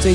最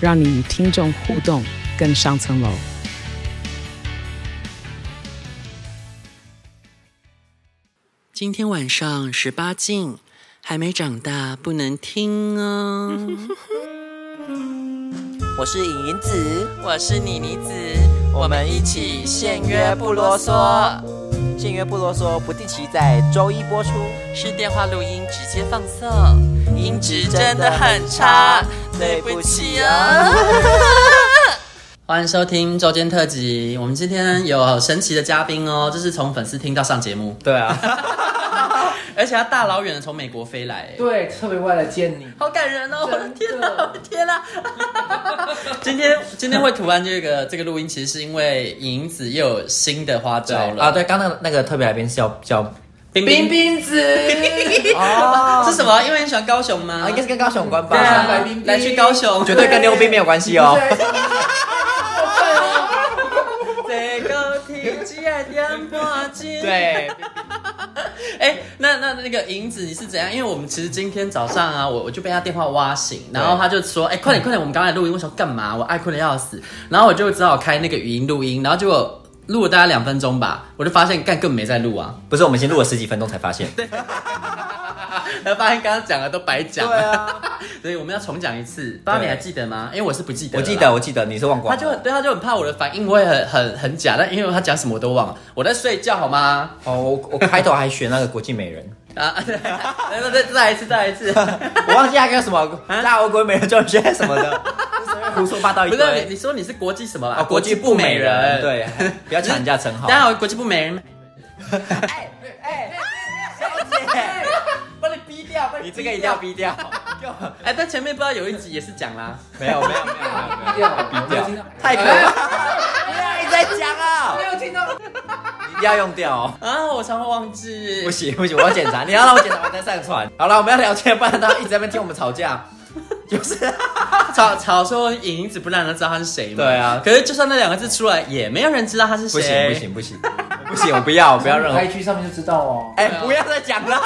让你与听众互动更上层楼。今天晚上十八禁，还没长大不能听哦。 我是尹云子，我是妮妮子，我们一起限约不啰嗦。限约不啰嗦，不定期在周一播出。是电话录音直接放送，音质真的很差，对不起啊。 欢迎收听周间特辑，我们今天有神奇的嘉宾哦，这是从粉丝听到上节目，对啊， 而且他大老远的从美国飞来，对，特别为了见你。好感人哦！我的天真哪，的我的天哪！ 今天今天会突然这个这个录音，其实是因为影子又有新的花招了啊，对，刚刚那个那个特别来宾是叫叫冰冰冰冰子，哦，是什么？因为你喜欢高雄吗？啊应该是跟高雄有关对吧？啊白冰冰来去高雄，绝对跟溜冰没有关系哦。 这个啊天气的电话机。对，哎、那那那个银子你是怎样？因为我们其实今天早上啊，我我就被他电话挖醒，然后他就说：“哎、快点快点，我们刚才录音，我想说干嘛？我爱困的要死。”然后我就只好开那个语音录音，然后结果录了大概两分钟吧，我就发现干根本没在录啊， 不是，我们先录了十几分钟才发现。然后发现刚刚讲的都白讲，啊， 所以我们要重讲一次。不知道你还记得吗？因为我是不记得，我记得，。我记得，你是忘光他就了。很对，他就很怕我的反应会很很很假，但因为他讲什么我都忘了，我在睡觉好吗？哦，我我开头还学那个国际美人， 啊， 对，对对，再来一次，再来一次。我忘记他跟什么啊大欧国美人教学什么的， 胡说八道一不是你，堆。你说你是国际什么啊，啊？国际不美人，对，对， 不要抢人家称号大。家好，国际不美人。把你逼掉， 你这个一定要逼掉。 哎，但前面不知道有一集也是讲啦，没有没有没有没有，掉没有掉听到太可怕了！不要一直在讲啊，没有听到，一定要用掉哦。啊，我常会忘记。不行不行，我要检查，你要让我检查完再上传。好了，我们要聊天，不然他一直在那边听我们吵架，就是吵吵说影子不让人知道他是谁嘛。对啊可是就算那两个字出来，也没有人知道他是不谁。行不行不行不行，我不要我不要任何。 IG 上面就知道哦。哎，不要再讲了，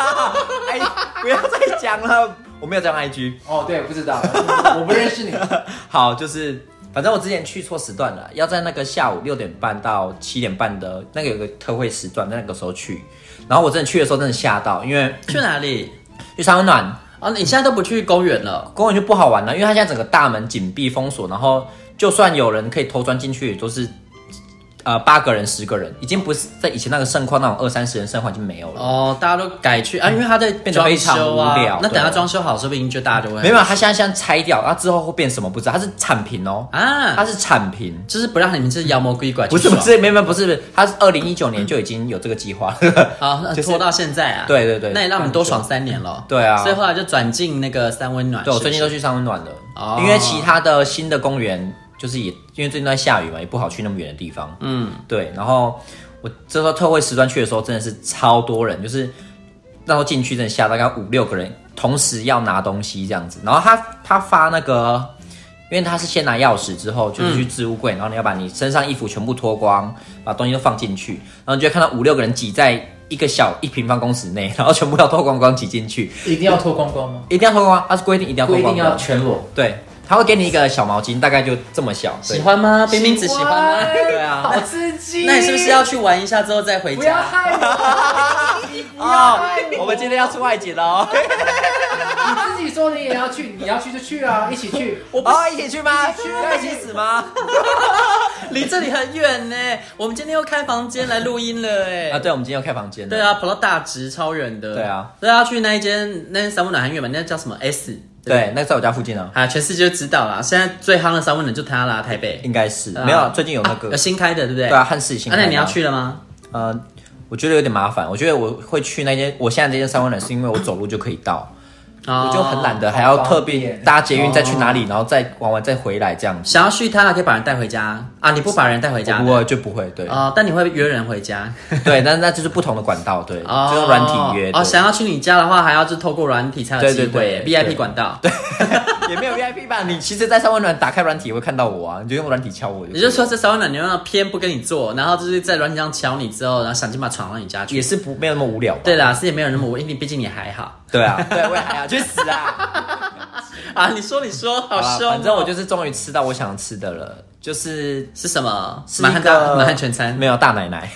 哎，不要再讲了，我没有在用 IG。哦，对，不知 道，我不认识你。 好，就是反正我之前去错时段了，要在那个下午六点半到七点半的那个有个特惠时段，在那个时候去。然后我真的去的时候真的吓到，因为去哪里？去三温暖哦，你现在都不去公园了。公园就不好玩了，因为它现在整个大门紧闭封锁，然后就算有人可以偷钻进去，也都是呃八个人、十个人，已经不是在以前那个盛况那种二三十人盛况已经没有了。哦，大家都改去啊，因为他在得装非常修啊无聊。那等他对装修好，说不定就大家都会没有，它现在先拆掉，它之后会变什么不知道。它是铲平哦，它啊，是铲平，就是不让你们这妖魔鬼怪去不是爽不是，没有没有不是，它是二零一九年就已经有这个计划了。好，那就是拖到现在啊。对对对那也让我们多爽三年了。对啊所以后来就转进那个三温暖。对，我是最近不都是去上温暖了，哦因为其他的新的公园就是也因为最近都在下雨嘛，也不好去那么远的地方。嗯，对，然后我这时候特惠时段去的时候，真的是超多人，就是那时候进去真的下大概五六个人，同时要拿东西这样子。然后他他发那个，因为他是先拿钥匙之后，就是去置物柜，然后你要把你身上衣服全部脱光，把东西都放进去，然后你就会看到五六个人挤在一个小一平方公尺内，然后全部要脱光光挤进去，一定要脱光光吗？一定要脱光光，他是规定一定要脱不一光定要光，全裸。对。他会给你一个小毛巾，大概就这么小。对喜欢吗？冰冰子喜欢吗？对啊好刺激。那你是不是要去玩一下之后再回不要家？害我？你不要哦害，我们今天要出外景了 哦。你自己说你也要去，你要去就去啊，一起去。我哦，一起去吗？要一起死吗？ 离这里很远呢。我们今天又开房间来录音了哎。啊，对，我们今天要开房间了。对，啊，跑到大直超远的。对啊，对啊，去那一间那间三温暖很远嘛，那叫什么 S？不对，那个在我家附近啊，啊，全世界都知道啦。现在最夯的三温暖就它啦，台北。应该是对啊没有，最近有那啊个有新开的，对不对？对啊，汉室新啊开的。那你要去了吗？呃，我觉得有点麻烦。我觉得我会去那间，我现在这间三温暖是因为我走路就可以到，哦我就很懒得还要特方别便搭捷运再去哪里，然后再玩完再回来这样子。想要续摊了，可以把人带回家啊！你不把人带回家不过就不会对啊、但你会约人回家，对，但那 就是不同的管道，对，哦就用软体约。哦。对想要去你家的话，还要就透过软体才有对机会对对对 v i p 管道。 也没有 VIP 吧？你其实，在三温暖打开软体也会看到我啊，你就用软体敲我就。也就是，说，这三温暖牛肉偏不跟你做，然后就是在软体上敲你之后，然后想尽办法闯到你家去。也是不没有那么无聊吧。对啦，是也没有那么无，因为毕竟你还好对 啊，对，我也还要去死啊！啊。你说，你说，好好啦凶哦、反正我就是终于吃到我想吃的了，就是是什么是满一汉大个满汉全餐没有大奶 奶。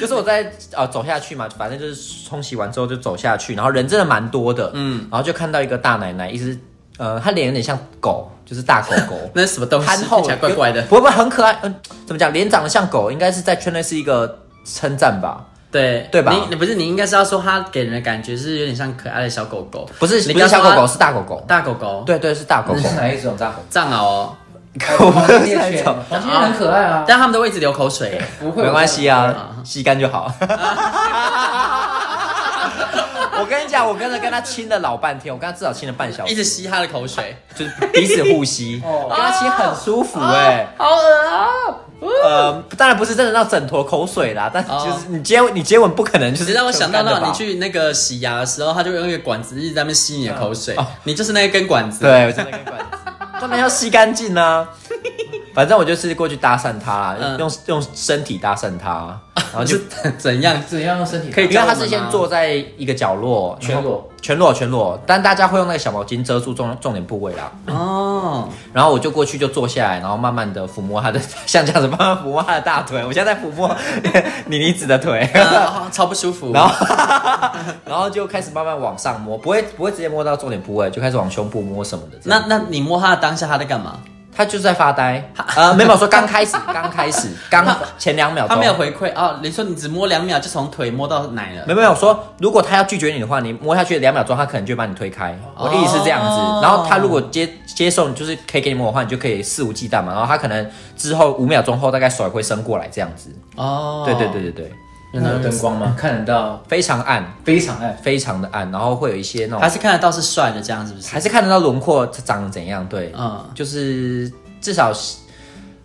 就是我在呃走下去嘛，反正就是冲洗完之后就走下去，然后人真的蛮多的，嗯，然后就看到一个大奶奶，一只呃，她脸有点像狗，就是大狗狗，那哦是什么东西？憨看厚起来怪怪的。不会不会很可爱，嗯、怎么讲？脸长得像狗，应该是在圈内是一个称赞吧？对对吧你你不是你应该是要说它给人的感觉是有点像可爱的小狗狗，不是你不刚是小说狗狗，它是大狗狗。大狗狗，对对，是大狗 狗你。是哪一种哦大狗？藏獒哦，我不黄是金猎那 犬，种黄金猎犬很可爱啊，但他们都会一直流口水耶。不会，没关系啊啊，吸干 就好。我跟你讲，我跟着跟他亲了老半天，我跟他至少亲了半小 一时，直吸它的口水，就是彼此 呼吸，哦跟他亲很舒服哎、好恶啊！呃，当然不是真的到整坨口水啦，但是哦就是你接吻你接吻不可能就是只让我想到全干的那，吧你去那个洗牙的时候，他就用一个管子一直在那边吸你的口水，你就是那一根管子。哦对，我真的 跟管子，当然要吸干净啊。 反正我就是过去搭讪他啦，嗯用用身体搭讪 他，然后就就怎 样？怎样用身体？可以因为他教我是们先吗坐在一个角落，全然后裸，全裸，全裸，但大家会用那个小毛巾遮住重重点部位啦。哦，然后我就过去就坐下来，然后慢慢的抚摸他的， 像这样子慢慢抚摸他的大腿。我现在在抚摸 妮妮子的腿，啊超不舒服。然后 然后就开始慢慢往上摸，不会不会直接摸到重点部位，就开始往胸部摸什么的。这样那那你摸他的当下，他在干嘛？他就是在发呆，呃，没有说刚 开始，刚开始，刚前两秒啊钟，他没有，回馈哦。你说你只摸两秒就从腿摸到奶了没，有没有说，如果他要拒绝你的话，你摸下去两秒钟，他可能就会把你推开。我的意思是这样子，哦然后他如果接接受，就是可以给你摸的话，你就可以肆无忌惮嘛。然后他可能之后五秒钟后，大概手也会伸过来这样子。哦，对对对对对，那有灯光吗？看得到，非常暗，非常暗。非常的暗，然后会有一些那还种，是看得到是帅的，这样是不是？还是看得到轮廓长得怎样，对，嗯就是至少是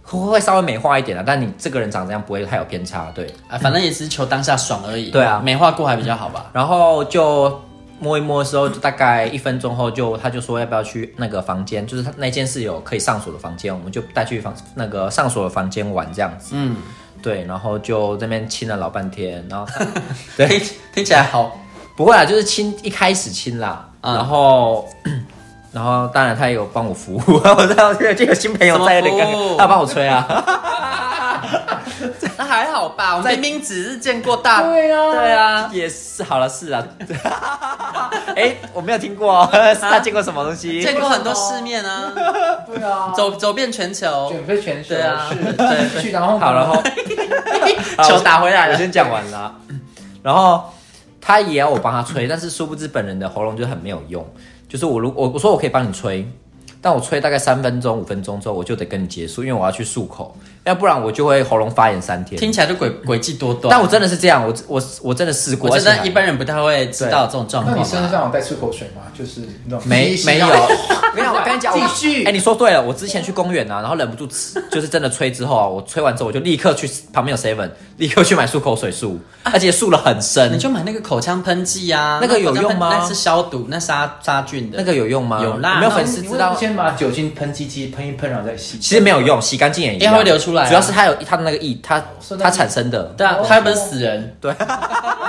会会稍微美化一点啊啦，但你这个人长这样不会太有偏差，对。啊，反正也只是求当下爽而已。对啊美化过还比较好吧。然后就摸一摸的时候，就大概一分钟后就他就说要不要去那个房间，就是他那间是有可以上锁的房间，我们就带去房那个上锁的房间玩这样子。嗯，对，然后就这边亲了老半天，然后对听听起来 好不会啦，就是亲一开始亲啦，嗯然后。 然后当然他也有帮我服务，我知道这个新朋友在有点什尴么服务尬，他帮我吹啊，那还好吧，我在明明只是见过大，对啊对啊，也是好了是 啊，哎我没有听过、哦， 他见过什么东西？见过很多世面啊，对啊，走走遍全球，卷飞全球对啊是对进去然后好，然后好球打回来我了。先讲完 了，然后他也要我帮他吹，但是殊不知本人的喉咙就很没有用，就是我如我我说我可以帮你吹，但我吹大概三分钟五分钟之后我就得跟你结束，因为我要去漱口，要不然我就会喉咙发炎三天。听起来就诡诡计多端，但我真的是这样，我我我真的试过，我觉而且得还一般人不太会知道这种状那况啊你吧。身上有带漱口水吗？就是那种没没有没 有，我跟你讲，我继续 哎、你说对了，我之前去公园啊，然后忍不住吃，就是真的吹之后啊，我吹完之后我就立刻去旁边有 seven，立刻去买漱口水漱，而且漱了很深啊你，就买那个口腔喷剂啊，那个有口腔喷用吗那是消毒，那杀杀菌的。那个有用吗？有啦没有那粉是丝你知为什道么？先把酒精喷鸡鸡喷一喷，然后再吸？其实没有用，洗干净也一因为样，它会流出来啊哦主要是它有它的那个液，它是那它产生的。对啊哦，他又不是死人， 对，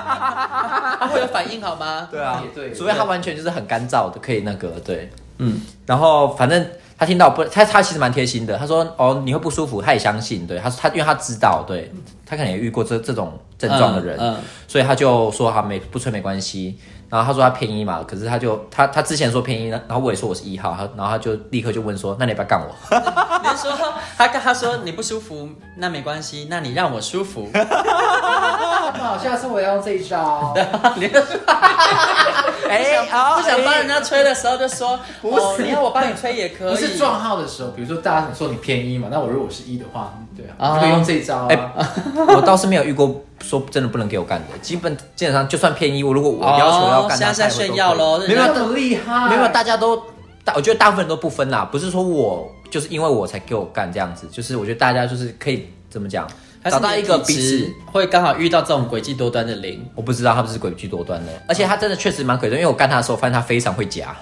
他会有反应好吗？对啊也对除非它完全就是很干燥的，可以那个对，嗯，然后反正他听到不，他他其实蛮贴心的，他说哦你会不舒服，他也相信，对，他说他因为他知道，对他可能也遇过这这种症状的人，嗯嗯所以他就说他没不吹没关系。然后他说他偏一嘛，可是他就他他之前说偏一，然后我也说我是一号，他然后他就立刻就问说，那你要不要干我？嗯你就说他跟他说你不舒服，那没关系，那你让我舒 服。啊那好，下次我要用这一招。你就说，哎、哎哦不想帮人家吹的时候就说，不是哦你要我帮你吹也可以， 不是撞号的时候，比如说大家想说你偏一嘛，那我如果是一的话，对啊，啊你就可以用这一招啊。 我倒是没有遇过说真的不能给我干的，基本基本上就算便宜，我如果我哦要求要干现在他，在他也炫会耀都可喽，以。没人家有那么厉害，没有，大家都大，我觉得大部分人都不分啦，不是说我就是因为我才给我干这样子，就是我觉得大家就是可以怎么讲，还是找到一个你的体彼质此。会刚好遇到这种诡计多端的零，我不知道他们是诡计多端的，而且他真的确实蛮诡计的，因为我干他的时候发现他非常会夹，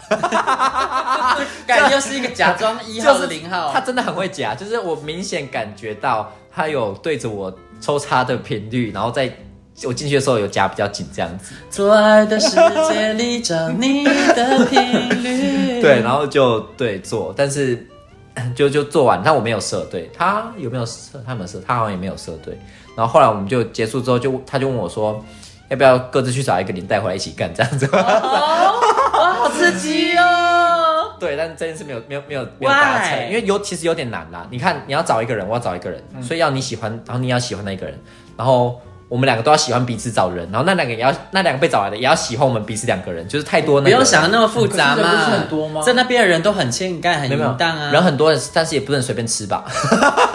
感觉又是一个假装一号的零号他，真的很会夹，就是我明显感觉到他有对着我抽插的频率，然后在我进去的时候有夹比较紧这样子，做爱的世界里找你的频率， 对，然后就对做，但是 就就做完，但我没有射对，他有没有射？他们射，他好像也没有射对。然后后来我们就结束之后就，他就问我说，要不要各自去找一个零带回来一起干这样子？好刺激哦！对，但是这件事没有没有没有没有达成， Why？因为有其实有点难啦。你看，你要找一个人，我要找一个人，所以要你喜欢，然后你要喜欢那一个人，然后我们两个都要喜欢彼此找人，然后那两个也要那两个被找来的也要喜欢我们彼此两个人，就是太多那不个用想的那么复杂可是人不嘛，是很多吗在那边的人都很欠干，很没淫有没有荡啊。人很多，但是也不能随便吃吧，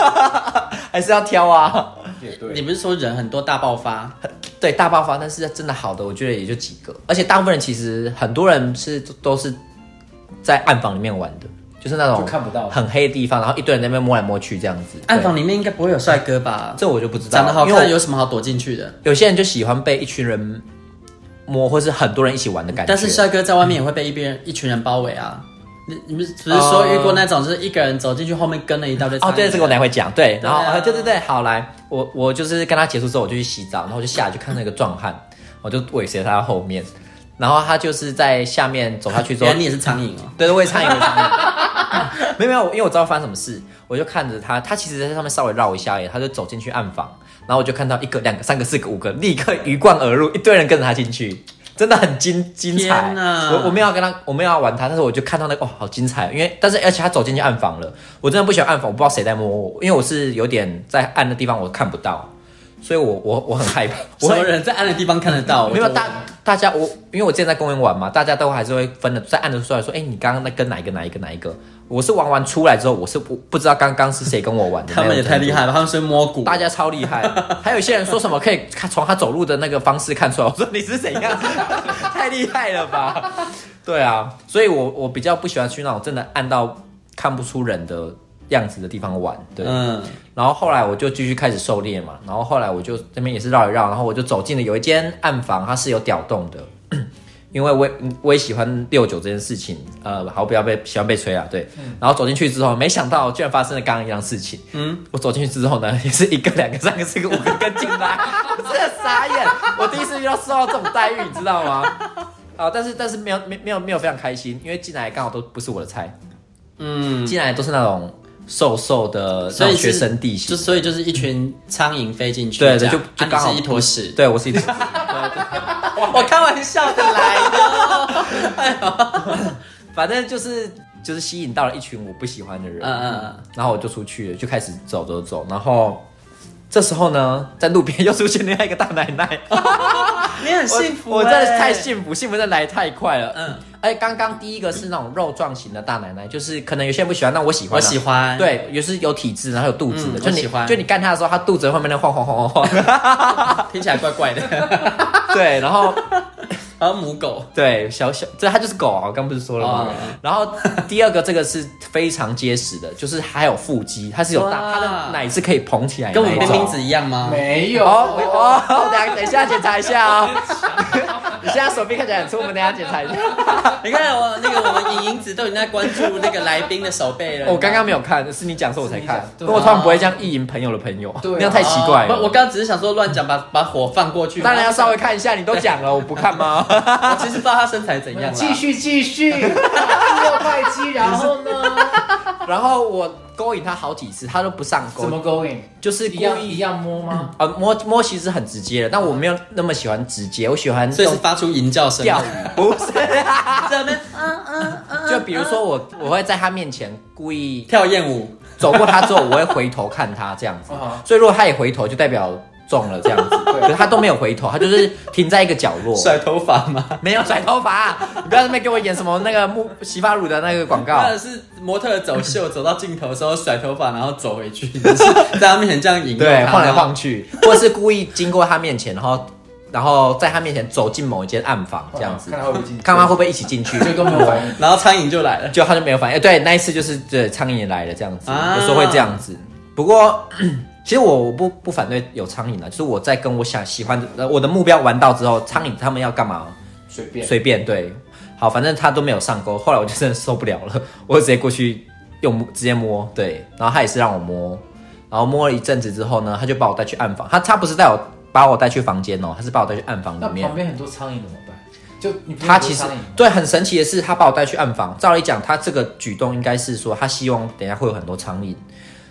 还是要挑啊。也你对，不是说人很多大爆发？对，大爆发，但是真的好的，我觉得也就几个，而且大部分人其实很多人是都是在暗房里面玩的，就是那种就看不到很黑的地方，然后一堆人在那边摸来摸去这样子。暗房对里面应该不会有帅哥吧？这我就不知道，长得好因为我看有什么好躲进去的？有些人就喜欢被一群人摸，或是很多人一起玩的感觉。但是帅哥在外面也会被一边 人一群人包围啊。你你们不是说遇过那种，就是一个人走进去，后面跟了一大堆苍蝇？哦，对，这个我等一下会讲。对，然后对啊呃对对对，好来，我我就是跟他结束之后，我就去洗澡，然后我就下来就看那个壮汉，我就尾随他后面，然后他就是在下面走下去之后原来，你也是苍蝇哦。对对，我也差一个苍 蝇。没有没有，因为我知道发生什么事，我就看着他，他其实在上面稍微绕一下而已，他就走进去暗房，然后我就看到一个、两个、三个、四个、五个，立刻鱼贯而入，一堆人跟着他进去， 真的很精精彩天。哪我我没有要跟他，我没有要玩他，但是我就看到那个哦，好精彩，因为但是而且他走进去暗房了，我真的不喜欢暗房，我不知道谁在摸我，因为我是有点在暗的地方我看不到，所以我我我很害怕，我什很么人在暗的地方看得到？没有哦我觉得大大家我，因为我之前在公园玩嘛，大家都还是会分的，在按的出来说，哎、你刚刚在跟哪一个哪一个哪一个？我是玩完出来之后，我是不不知道刚刚是谁跟我玩的。他们也太厉，害了，他们是摸骨。大家超厉害。还有一些人说什么可以看从他走路的那个方式看出来，我说你是 怎样？太厉害了吧？对啊，所以我我比较不喜欢去那种真的按到看不出人的样子的地方玩。对，嗯，然后后来我就继续开始狩猎嘛，然后后来我就那边也是绕一绕，然后我就走进了有一间暗房，它是有屌洞的， 因为我也我也喜欢六九这件事情，呃，好不要被喜欢被吹啊，对。嗯然后走进去之后，没想到居然发生了刚刚一样事情。嗯，我走进去之后呢， 也是一个、两个、三个、四个、五个跟进来， 我真的傻眼，我第一次遇到受到这种待遇，你知道吗？ 啊、但是但是没有没没有没有非常开心，因为进来刚好都不是我的菜，嗯，进来都是那种瘦瘦的那所种以学是生地形就，所以就是一群苍蝇飞进去，对这对，样就就啊刚好、你是一坨屎。对我是一 坨屎。我开玩笑的来的。反正就是就是吸引到了一群我不喜欢的人，嗯嗯嗯，然后我就出去了，就开始走走走，然后这时候呢，在路边又出现另外一个大奶 奶， 你很我幸福欸，我真的太幸福，幸福真的来太快了，嗯嗯。而且刚刚第一个是那种肉状型的大奶奶，就是可能有些人不喜欢，但我喜欢、啊我喜。欢。，对，也是有体质，然后有肚子的，嗯就你我喜欢就你干他的时候，他肚子后面那晃晃晃 晃晃，听起来怪怪 的，对，然后好像母狗。对，小小，这它就是狗啊，我刚不是说了吗？哦然后第二个这个是非常结实的，就是还有腹肌，它是有大，哇它的奶是可以捧起来的跟我那们一冰种冰。子一样吗？没有哦哦，我等一下等一下检查一下哦。 你现在手臂看起来很粗，我们等一下检查一下。你看我那个我们莹莹子都已经在关注那个来宾的手背了。我刚刚没有看，是你讲说我才看是你，讲因对啊为我通常不会这样意淫朋友的朋友，对啊那样太奇怪哦不我了。刚刚只是想说乱讲，把把火放过去。当然要稍微看一下，你都讲了，我不看 吗？我其实不知道他身材怎样啦。继续继续，第 六块肌，然后呢？ 然后我勾引他好几次，他都不上怎么钩，勾引？就是一故样意一样摸吗？呃，摸摸其实很直接的，但我没有那么喜欢直接，我喜欢所以是用发出吟叫声吗。钓鱼， 不是啊。在那边就比如说我，我会在他面前故意跳艳舞，走过他之后，我会回头看他这样子啊哈，所以如果他也回头，就代表。中了这 样子，可是他都没有回头，他 就是停在一个角落，甩头发吗？没有甩头发，啊你不要在那边给我演什么那个沐洗发乳的那个 广告，那是模特走秀走到尽头的时候甩头发，然后走回 去，就是在他面前这样引诱对，他晃来晃。去，啊或者是故意经过他面前，然后然后在他面前走进某一间暗房这样子，看他会不会进去哦看他会不会一起进 去，就都没有反应。然后苍蝇就 来了。就他就没有反应。哎对，那一次就是对苍蝇也来了这样子，啊有时候会这样子。不过 其实我我不不反对有苍蝇啊，就是我在跟我想喜欢的呃我的目标玩到之后，苍蝇他们要干嘛 随便，随便对。好，反正他都没有上钩，后来我就真的受不了 了，我直接过去用直接摸，对，然后他也是让我摸，然后摸了一阵子之后呢，他就把我带去暗房，他他不是带我把我带去房间哦，他是把我带去暗房那里面旁。边很多苍蝇怎么办？就你他其实对很神奇的是，他把我带去暗房。照理讲，他这个举动应该是说他希望等一下会有很多苍蝇，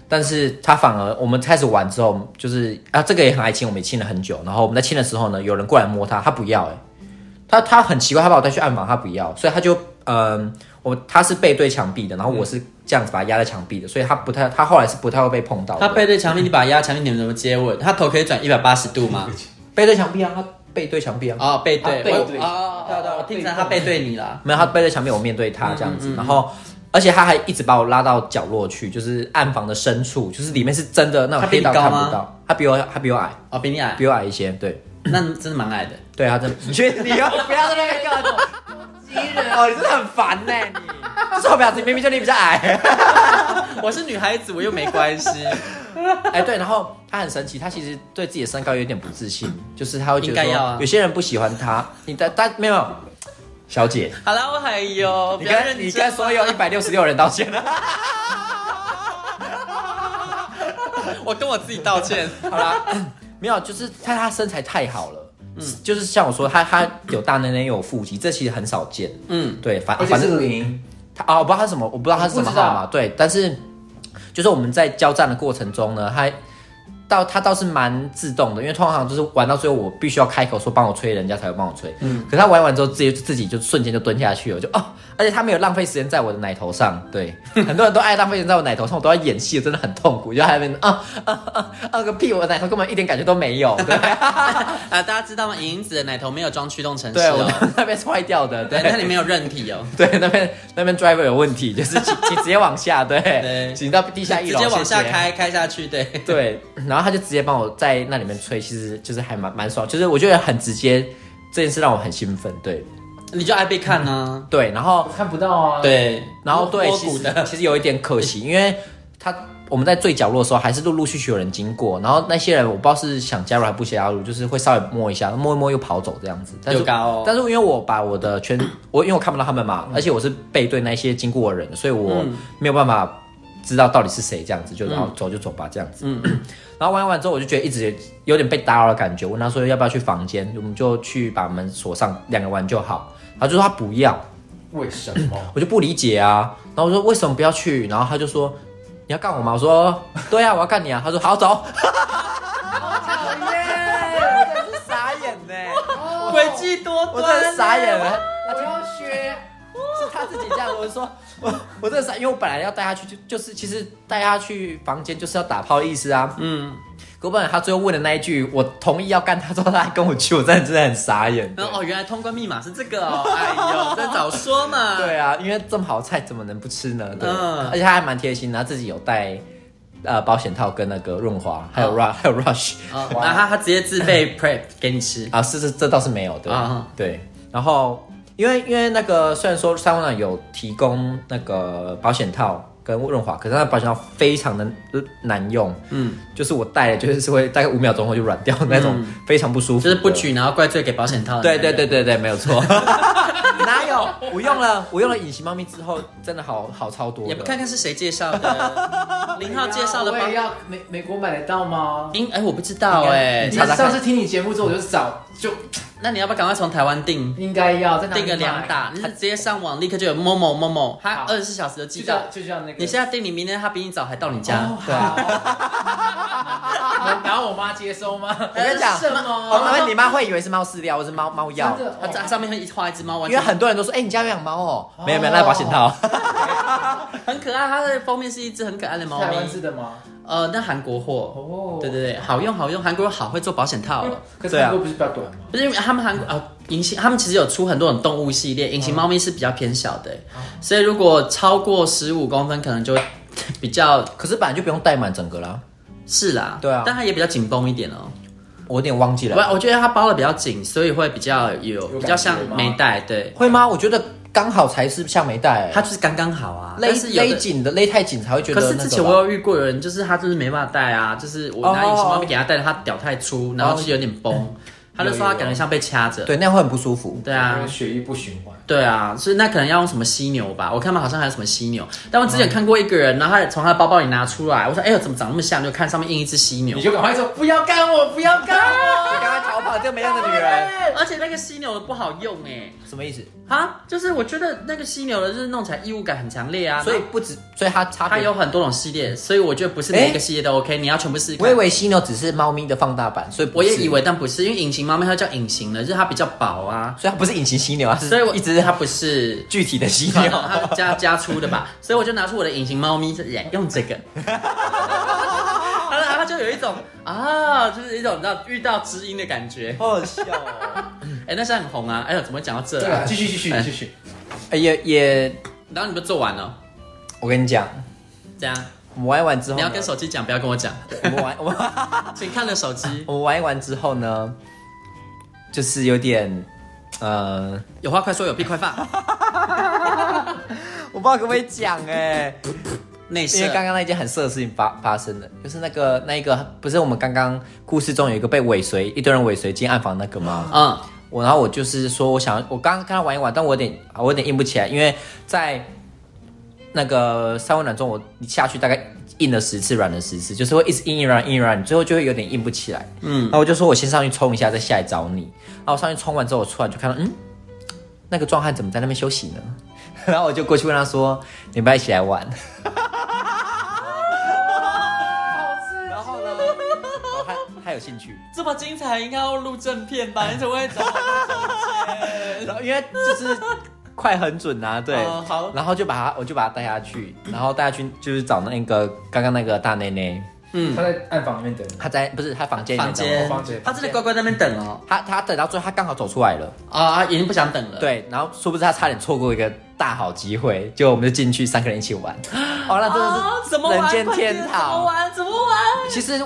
但是他反而我们开始玩之后，就是啊，这个也很爱亲，我们也亲了很久。然后我们在亲的时候呢，有人过来摸他，他不要、欸，他他很奇怪，他把我带去暗房，他不要，所以他就嗯，我他是背对墙壁的，然后我是这样子把他压在墙壁的，所以他不太，他后来是不太会被碰到的。他背对墙壁，你把他压墙壁，你们怎么接吻？他头可以转一百八十度 吗？背对墙壁啊，他背对墙壁啊。哦，背对，啊背对我哦，对对，我听成他背对你啦。没有，他背在墙壁，我面对他嗯这样子，然后。而且他还一直把我拉到角落去，就是暗房的深处，就是里面是真的那他种比黑你到高看吗不到。他比我，他比我矮，哦，比你矮，比我矮一些。对，那真的蛮矮的。对他真的，你去，你又不要在那边告诉我，敌人 哦，你真的很烦呢、你。臭婊子，明明就你比较矮。 我是女孩子，我又没关系， 哎，对，然后他很神奇，他其实对自己的身高有点不自信，就是他会觉应得该说，要啊有些人不喜欢他，你但但没有，小姐，好啦，我还有，你不要跟认你真啊跟所有一百六十六人道歉。我跟我自己道歉。 好啦，没有，就是他他身材太好了。嗯就是像我说，他他有大内内，有腹肌，这其实很少见。嗯，对，反而且反是正零，他啊、我不知道他什么，我不知道他是什么我不知道号码。对，但是就是我们在交战的过程中呢，他到他倒是蛮自动的，因为通常就是玩到最后，我必须要开口说帮我吹，人家才会帮我吹。嗯，可是他玩完之后，自己自己就瞬间就蹲下去了，就哦，而且他没有浪费时间在我的奶头上。 对，很多人都爱浪费时间在我奶头上，我都要演戏，真的很痛苦，就在那边啊啊啊啊个屁，我的奶头根本一点感觉都没有。对，啊，大家知道吗？银子的奶头没有装驱动程式对我 哦，的那边是坏掉的，对 对，。那里面有韧体哦，对，那边那边 driver 有问题，就是请请直接往下，对，对请到地下一直楼，接往下谢谢。开，开下去，对。对，然后他就直接帮我在那里面吹，其实就是还蛮蛮爽，就是我觉得很直接，这件事让我很兴奋，对你就爱被看啊呢、对，然后我看不到啊。，对，然后嗯对，摸其骨实的，其实有一点可惜，因为他我们在最角落的时候，还是陆陆续续有人经过，然后那些人我不知道是想加入还不想加入，就是会稍微摸一下，摸一摸又跑走这样子。但是有高哦但是因为我把我的圈， 我因为我看不到他们嘛，而且我是背对那些经过的人，所以我嗯没有办法知道到底是谁这样子，就然后走就走吧这样子。 然后玩完之后，我就觉得一直有点被打扰的感觉。我那时候要不要去房间，我们就去把门锁上，两个玩就好。他就说他不要，为什么？我就不理解啊。然后我说为什么不要去？然后他就说你要干我吗？我说对啊，我要干你啊。他说好走。 讨我厌，真是傻眼呢、诡计多 我真端，啊是傻眼了。我要学。是他自己这样，我就说， 我我真的傻，因为我本来要带他去，就就是其实带他去房间就是要打炮的意思啊。嗯，可不然他最后问的那一句，我同意要干他之后，他还跟我去，我真的真的很傻 眼。然后哦，原来通关密码是这个 哦，哎呦，真早说嘛，对啊，因为这么好的菜怎么能不吃呢？对，嗯而且他还蛮贴心的，他自己有带呃保险套跟那个润滑，还有 rush，、还有 rush 哦，然后他他直接自 备 prep 给你吃，啊，是是这倒是没有，对、啊对。然后因为因为那个虽然说三温暖有提供那个保险套跟润滑，可是它的保险套非常的难用，嗯，就是我戴了就是会大概五秒钟后就软掉的那种，非常不舒服就的，是不举，然后怪罪给保险套，对对对，对对，没 有错。哪有？我用了，我用了隐形猫咪之后，真的好好超多的。也不看看是谁介绍 的，林浩介绍的我哎保也要美美国买得到吗？应哎，我不知道你哎，查查看上次听你节目之后，我就找，就那你要不要赶快从台湾订应该要在哪里订个两打，打？你是直接上网立刻就有某某某某，他好二十四小时就寄就到像。就像那个你现在订，你明天他比你早还到你啊家。哦 好，然后我妈接收吗？我跟你讲，什哦么？妈妈你妈会以为是猫饲料，或是猫猫药真，的它上上面会画一只猫，完因为全很多人都说，哎、你家有养猫哦，没有没有，那是保险套。很可爱。它的封面是一只很可爱的猫台咪湾，制的吗？呃，那韩国货，哦，嗯对对对，好用好用，韩国好会做保险套哦。可是对啊韩国不是比较短吗？不是因为他们韩国啊，隐形他们其实有出很多种动物系列，隐嗯形猫咪是比较偏小的，哦所以如果超过十五公分，可能就比较可是本来就不用戴满整个啦，是啦，对啊但它也比较紧绷一点哦。我有点忘记我了。我觉得它包的比较紧，所以会比较有有比较感觉像吗没带，对，会吗？我觉得刚好才是像没戴、它就是刚刚好啊。勒但是有勒的紧的勒太紧才会觉得可那个是吧。之前我有遇过有人，就是他就是没办法戴啊，就是我拿隐形猫咪给他戴，他屌太粗，然后就有点崩， 他就说他感觉像被掐着。对那样会很不舒服。对因啊为，血液不循环。对啊，所以那可能要用什么犀牛吧？我看他们好像还有什么犀牛，但我之前看过一个人，然后他从他的包包里拿出来，我说哎呦怎么长那么像？就看上面印一只犀牛你，就赶快说不要干我，不要干我。你刚才逃跑这没样的女人，而且那个犀牛的不好用哎、什么意思？啊，就是我觉得那个犀牛的就是弄起来异物感很强烈啊，所以不止，所以它差别它有很多种系列，所以我觉得不是每一个系列都 OK，、你要全部试试看。我以为犀牛只是猫咪的放大版，所以不我是也以，为，但不是，因为隐形猫咪它叫隐形的，就是它比较薄啊，所以它不是隐形犀牛啊，所以我是一只它它。不是 具体的犀 它牛。它加加粗的吧，所以我就拿出我的隐形猫咪来用这个，然后它就有一种啊，就是一种你知道遇到知音的感觉。好好笑哦！哎、那现在很红啊！哎呦，怎么会讲到这对啊啊，？继续继续继续。哎也也，然后你们做完了，我跟你讲，这样我们玩一玩之后你呢，要跟手机讲，不要跟我 讲，我们玩我们请看了手机我们玩一玩之后呢，就是有点呃，有话快说，有屁快 放。我不知道可不可以讲哎、内因为射，刚刚那件很色的事情发发生了，就是那个那一个不是我们刚刚故事中有一个被尾随一堆人尾随进暗房那个吗？嗯，我然后我就是说我想我刚刚跟他玩一玩，但我有点我有点硬不起来，因为在那个三温暖中我下去大概硬了十次，软了十次，就是会一直硬硬软硬软，最后就会有点硬不起来。嗯，那我就说我先上去冲一下，再下来找你。然后我上去冲完之后，我突然就看到嗯，那个壮汉怎么在那边休息呢？ 然后我就过去问他说：“你们要一起来玩？”然后呢，哦他他有兴趣，这么精彩，应该要录正片吧？你怎么会找？然后因为就是快很 准啊，对，哦好然后就把他我就把他带下去，然后带下去就是找那个刚刚那个大内内，他在暗房里面等你。他在不是他房间里面房间房间，他真的乖乖在那边等哦。他他等到最后他刚好走出来了，啊，已经不想等了。，对，然后殊不知他差点错过一个大好机会，就我们就进去三个人一 起玩，哦，那真啊，的是怎么玩？人间快点天怎么堂，玩？怎么玩？其实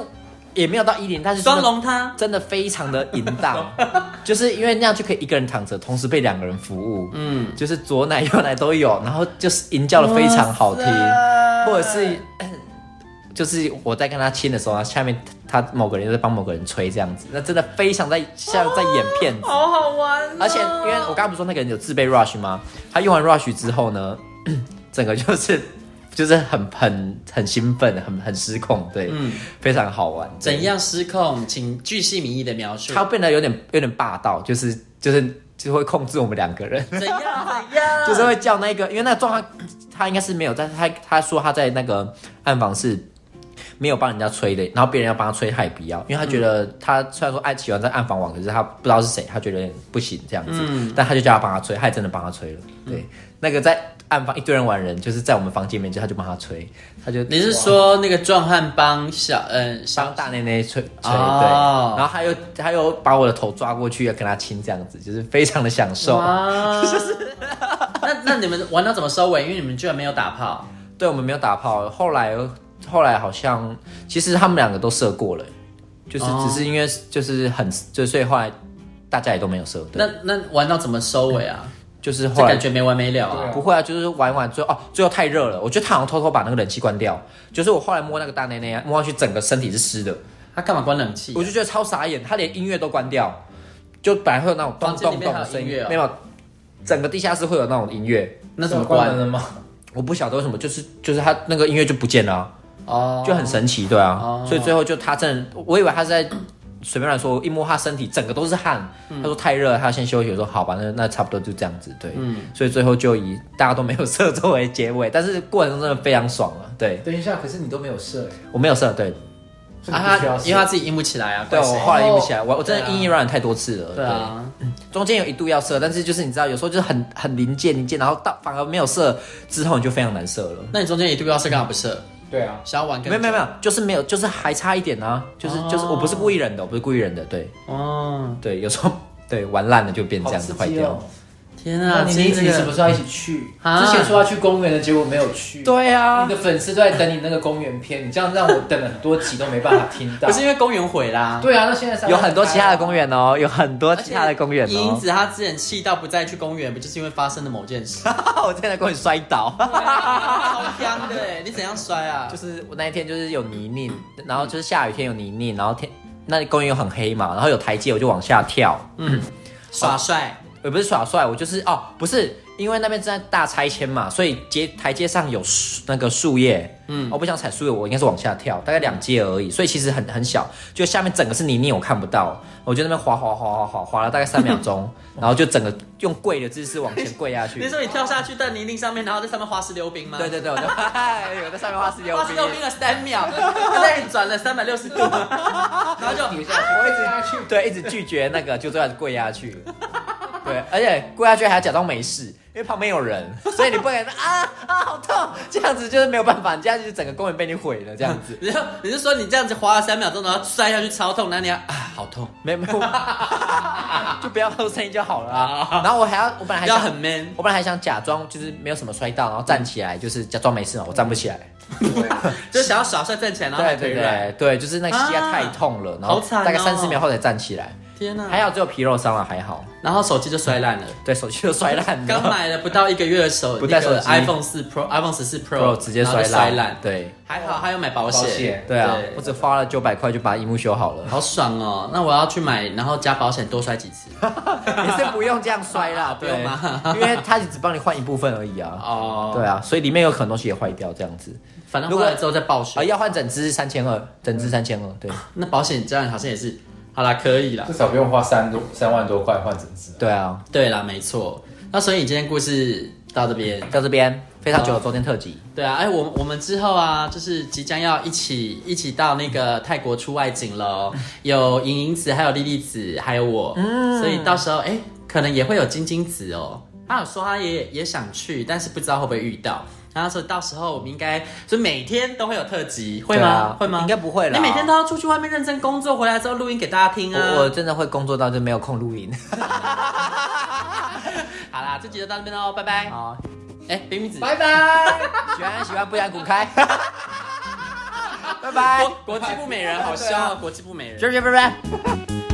也没有到一零，但是真双的龙汤，真的非常的淫 荡，就是因为那样就可以一个人躺着，同时被两个人服务，嗯，就是左奶右奶都有，然后就是吟叫的非常好听，或者是 咳就是我在跟他亲的时候，然后下面他他某个人就在帮某个人吹这样子，那真的非常在像在演骗子，好好玩哦。而且因为我刚刚不是说那个人有自备 rush 吗？他用完 rush 之后呢， 整个就是。就是很很很兴奋，很很失控，对，非常好玩。对嗯怎样失控，请巨细靡遗的描述。他变得有点有点霸道，就是就是就会控制我们两个人，怎样怎样？就是会叫那个，因为那个状况他应该是没有，但是他他说他在那个暗房是没有帮人家吹的，然后别人要帮他吹他也不要，因为他觉得嗯他虽然说爱喜欢在暗房玩，可是他不知道是谁，他觉得有点不行这样子，嗯但他就叫他帮他吹，他也真的帮他吹了，对，那个在暗房一堆人玩的人，就是在我们房间里面，就他就帮他吹，他就你是说那个壮汉帮小嗯帮小大内内吹吹，对，哦然后他又他又把我的头抓过去，要跟他亲，这样子就是非常的享受。哇？ 那那你们玩到怎么收尾？因为你们居然没有打炮。对，我们没有打炮，后来后来好像其实他们两个都射过了，就是哦只是因为就是很就所以后来大家也都没有射，那对，那玩到怎么收尾啊？就是这后来感觉没完没了啊！不会啊，就是玩一玩最后哦，最后太热了，我觉得他好像偷偷把那个冷气关掉，就是我后来摸那个大内内啊，摸上去整个身体是湿的，他干嘛关冷气啊？我就觉得超傻眼，他连音乐都关掉，就本来会有那种咚房间里咚面咚还有的声音音乐哦，没有，整个地下室会有那种音乐，那怎么关门关？了吗？我不晓得为什么，就是就是他那个音乐就不见了啊、哦，就很神奇，对啊，所以最后就他真的，我以为他是在随便乱说，一摸他身体整个都是汗，嗯他说太热了，他要先休息，我说好吧，那那差不多就这样子，对，嗯所以最后就以大家都没有射作为结尾，但是过程中真的非常爽啊，对等一下，可是你都没有射，我没有射，对，所以你啊，不需他要因为他射。自己硬不起来啊。对怪谁我后来硬不起来，我我真对的啊硬硬软软太多次了，对啊，中间有一度要射，但是就是你知道，有时候就是很很零件零件，然后到反而没有射之后，你就非常难射了。那你中间一度要射干嘛不射？对啊，想要玩更没有没有没有有，就是没有，就是还差一点啊，就是、就是我不是故意忍的，我不是故意忍的，对哦，对，有时候对玩烂了就变这好样子刺坏激掉哦。！天那啊，你今你天这你是不个是要一起去？啊之前说要去公园的，结果没有去。对啊你，的粉丝都在等你那个公园片，你这样让我等了很多集都没办法听 到不。是因为公园毁啦，对啊，那现在是有很多其他的公园 哦，有很多其他的公园英哦。子她之前气到不再去公园，不就是因为发生了某件事？ 我真的公园摔倒， 超香的欸，你怎样摔啊？就是我那一天就是有泥泞，然后就是下雨天有泥泞，然后天那公园又很黑嘛，然后有台阶我就往下跳，耍帅，呃也不是耍帅，我就是哦，不是因为那边正在大拆迁嘛，所以阶台阶上有树那个树叶，嗯，我不想踩树叶，我应该是往下跳，大概两阶而已，所以其实很很小，就下面整个是泥泞，我看不到，我就那边滑滑滑滑滑滑了大概三秒 钟，然后就整个用跪的姿势往前跪下去你。说你跳下去在泥泞上面，然后在上面花式溜冰吗？对对对，我就 哎我在上面画四六花式溜冰了三秒，他在转了三百六 十度，然后就跌下去，我一直下去。对，一直拒绝那个，就最后还是跪下去。 对，而且跪下去还要假装没事，因为旁边有人，所以你不能说啊啊好痛，这样子就是没有办法，你这样子整个公园被你毁了，这样子。你就你是说你这样子滑了三秒钟，然后摔下去超痛， 然后你要啊好痛，没没 有，就不要出声音就好了啊。然后我还要，我本来还要想很 man。我本来还想假装就是没有什么摔到，然后站起来，就是假装没事嘛，我站不起来。就想要耍帅挣钱，然后对啊腿对软。对对，就是那个膝盖太痛了，然后好惨哦大概三十秒后才站起来。天哪、还好只有皮肉伤了，还好。然后手机就摔烂了。对，手机都摔烂了。刚买了不到一个月的手， 不带那个手机 iPhone 四 Pro、iPhone 十四 Pro Pro 直接然后摔就烂，摔烂。对还好还有买保保险对啊，对我只花了九百块就把荧幕修好了 。好爽哦！那我要去买，然后加保险多摔几次。你是不用这样摔啦， 不用吗因为它只帮你换一部分而已啊。哦，对啊，所以里面有很多东西也坏掉，这样子。反正如换果了之后再报啊，修。要换整只三千二，整只三千二，对那保险这样好像也是，好啦，可以啦。至少不用花三多三万多块换整只。对啊。对啦，没错。那所以你今天故事到这边，到这边非常久的周天特辑，对啊，哎，我们我们之后啊，就是即将要一起一起到那个泰国出外景了哦，有莹莹子，还有莉莉子，还有我，嗯所以到时候哎，可能也会有晶晶子哦。她有说她也也想去，但是不知道会不会遇到。然后说到时候我们应该就每天都会有特辑，会吗？对啊会吗？应该不会啦你每天都要出去外面认真工作，回来之后录音给大家听我啊。我真的会工作到就没有空录音。 好啦，这集就到这边喽，拜拜。好，哎，冰冰子，拜拜。喜欢喜欢不然滚开，拜拜国，国际部美人，好香啊！国际部美人。就是拜拜。